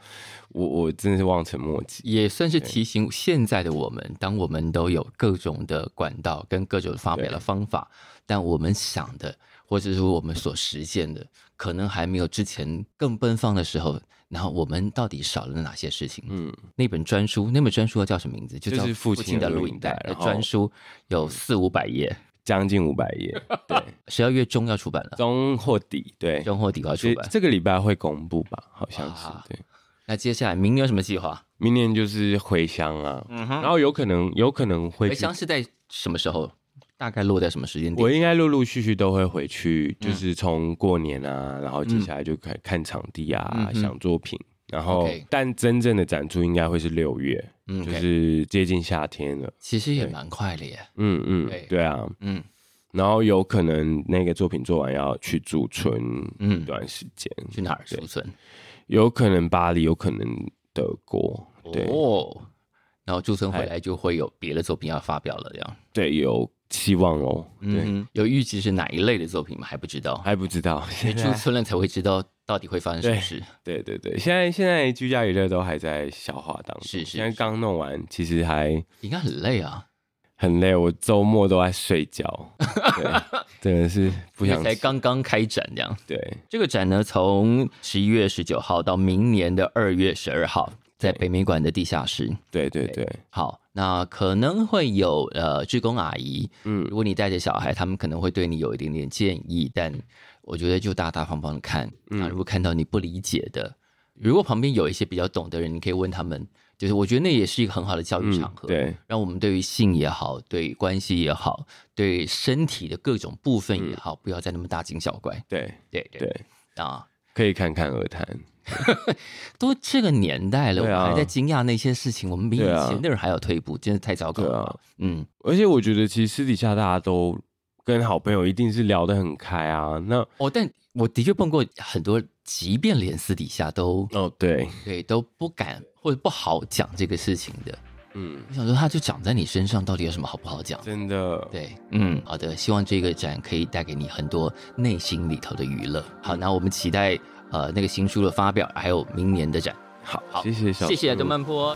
我我真的是望尘莫及。也算是提醒现在的我们，当我们都有各种的管道跟各种发表的方法，但我们想的或者是我们所实践的，可能还没有之前更奔放的时候。然后我们到底少了哪些事情？嗯，那本专书，那本专书叫什么名字？就就叫是《父父亲亲的的录录影影带哦带》。然后那专书有四五百页，将近五百页，对，十二月中要出版了，中或底，对，中或底要出这版。这个礼拜会公布吧，好像是哇对。那接下来明年有什么计划？明年就是回乡啊，嗯然，后有可能有可能会回乡是在什么时候？大概落在什么时间我点？应该陆陆续续都会回去，嗯就是从过年啊，然后接下来就开看场地啊，嗯哼想作品，然后 OK 我但真正的展出应该会是六月，嗯，就 OK 是接近夏天了。其实也蛮快的耶。嗯嗯对，对啊，嗯然后有可能那个作品做完要去驻村一嗯，段时间，去哪儿储存？有可能巴黎，有可能德国，对、哦，然后驻村回来就会有别的作品要发表了，这样。对，有期望哦。对，嗯哼，有预计是哪一类的作品吗？还不知道，还不知道，因为现驻在村了才会知道到底会发生什么事。对对对，现在现在居家娱乐都还在消化当中，是是现在是刚弄完，其实还应该很累啊，很累，我周末都在睡觉， 对，真的是不因想为才刚刚开展这样。对这个展呢，从十一月十九号到明年的二月十二号，在北美馆的地下室。对对对，好，那可能会有呃，志工阿姨，嗯如果你带着小孩，他们可能会对你有一点点建议，但我觉得就大大方方的看。嗯那如果看到你不理解的，如果旁边有一些比较懂的人，你可以问他们。就是我觉得那也是一个很好的教育嗯场合，对让我们对于性也好，对于关系也好，对身体的各种部分也好，不要再那么大惊小怪。嗯对对对对，啊，可以看看耳谈，都这个年代了，我对们啊还在惊讶那些事情，我们比以对啊前的人还要退步，真的太糟糕对了啊吧。嗯，而且我觉得其实私底下大家都跟好朋友一定是聊得很开啊，那哦，但我的确碰过很多，即便连私底下都哦对，对都不敢或者不好讲这个事情的。嗯，我想说，他就长在你身上，到底有什么好不好讲？真的，对，嗯，好的，希望这个展可以带给你很多内心里头的娱乐。好，那我们期待呃那个新书的发表，还有明年的展。好好，谢谢小谢谢树邓曼波。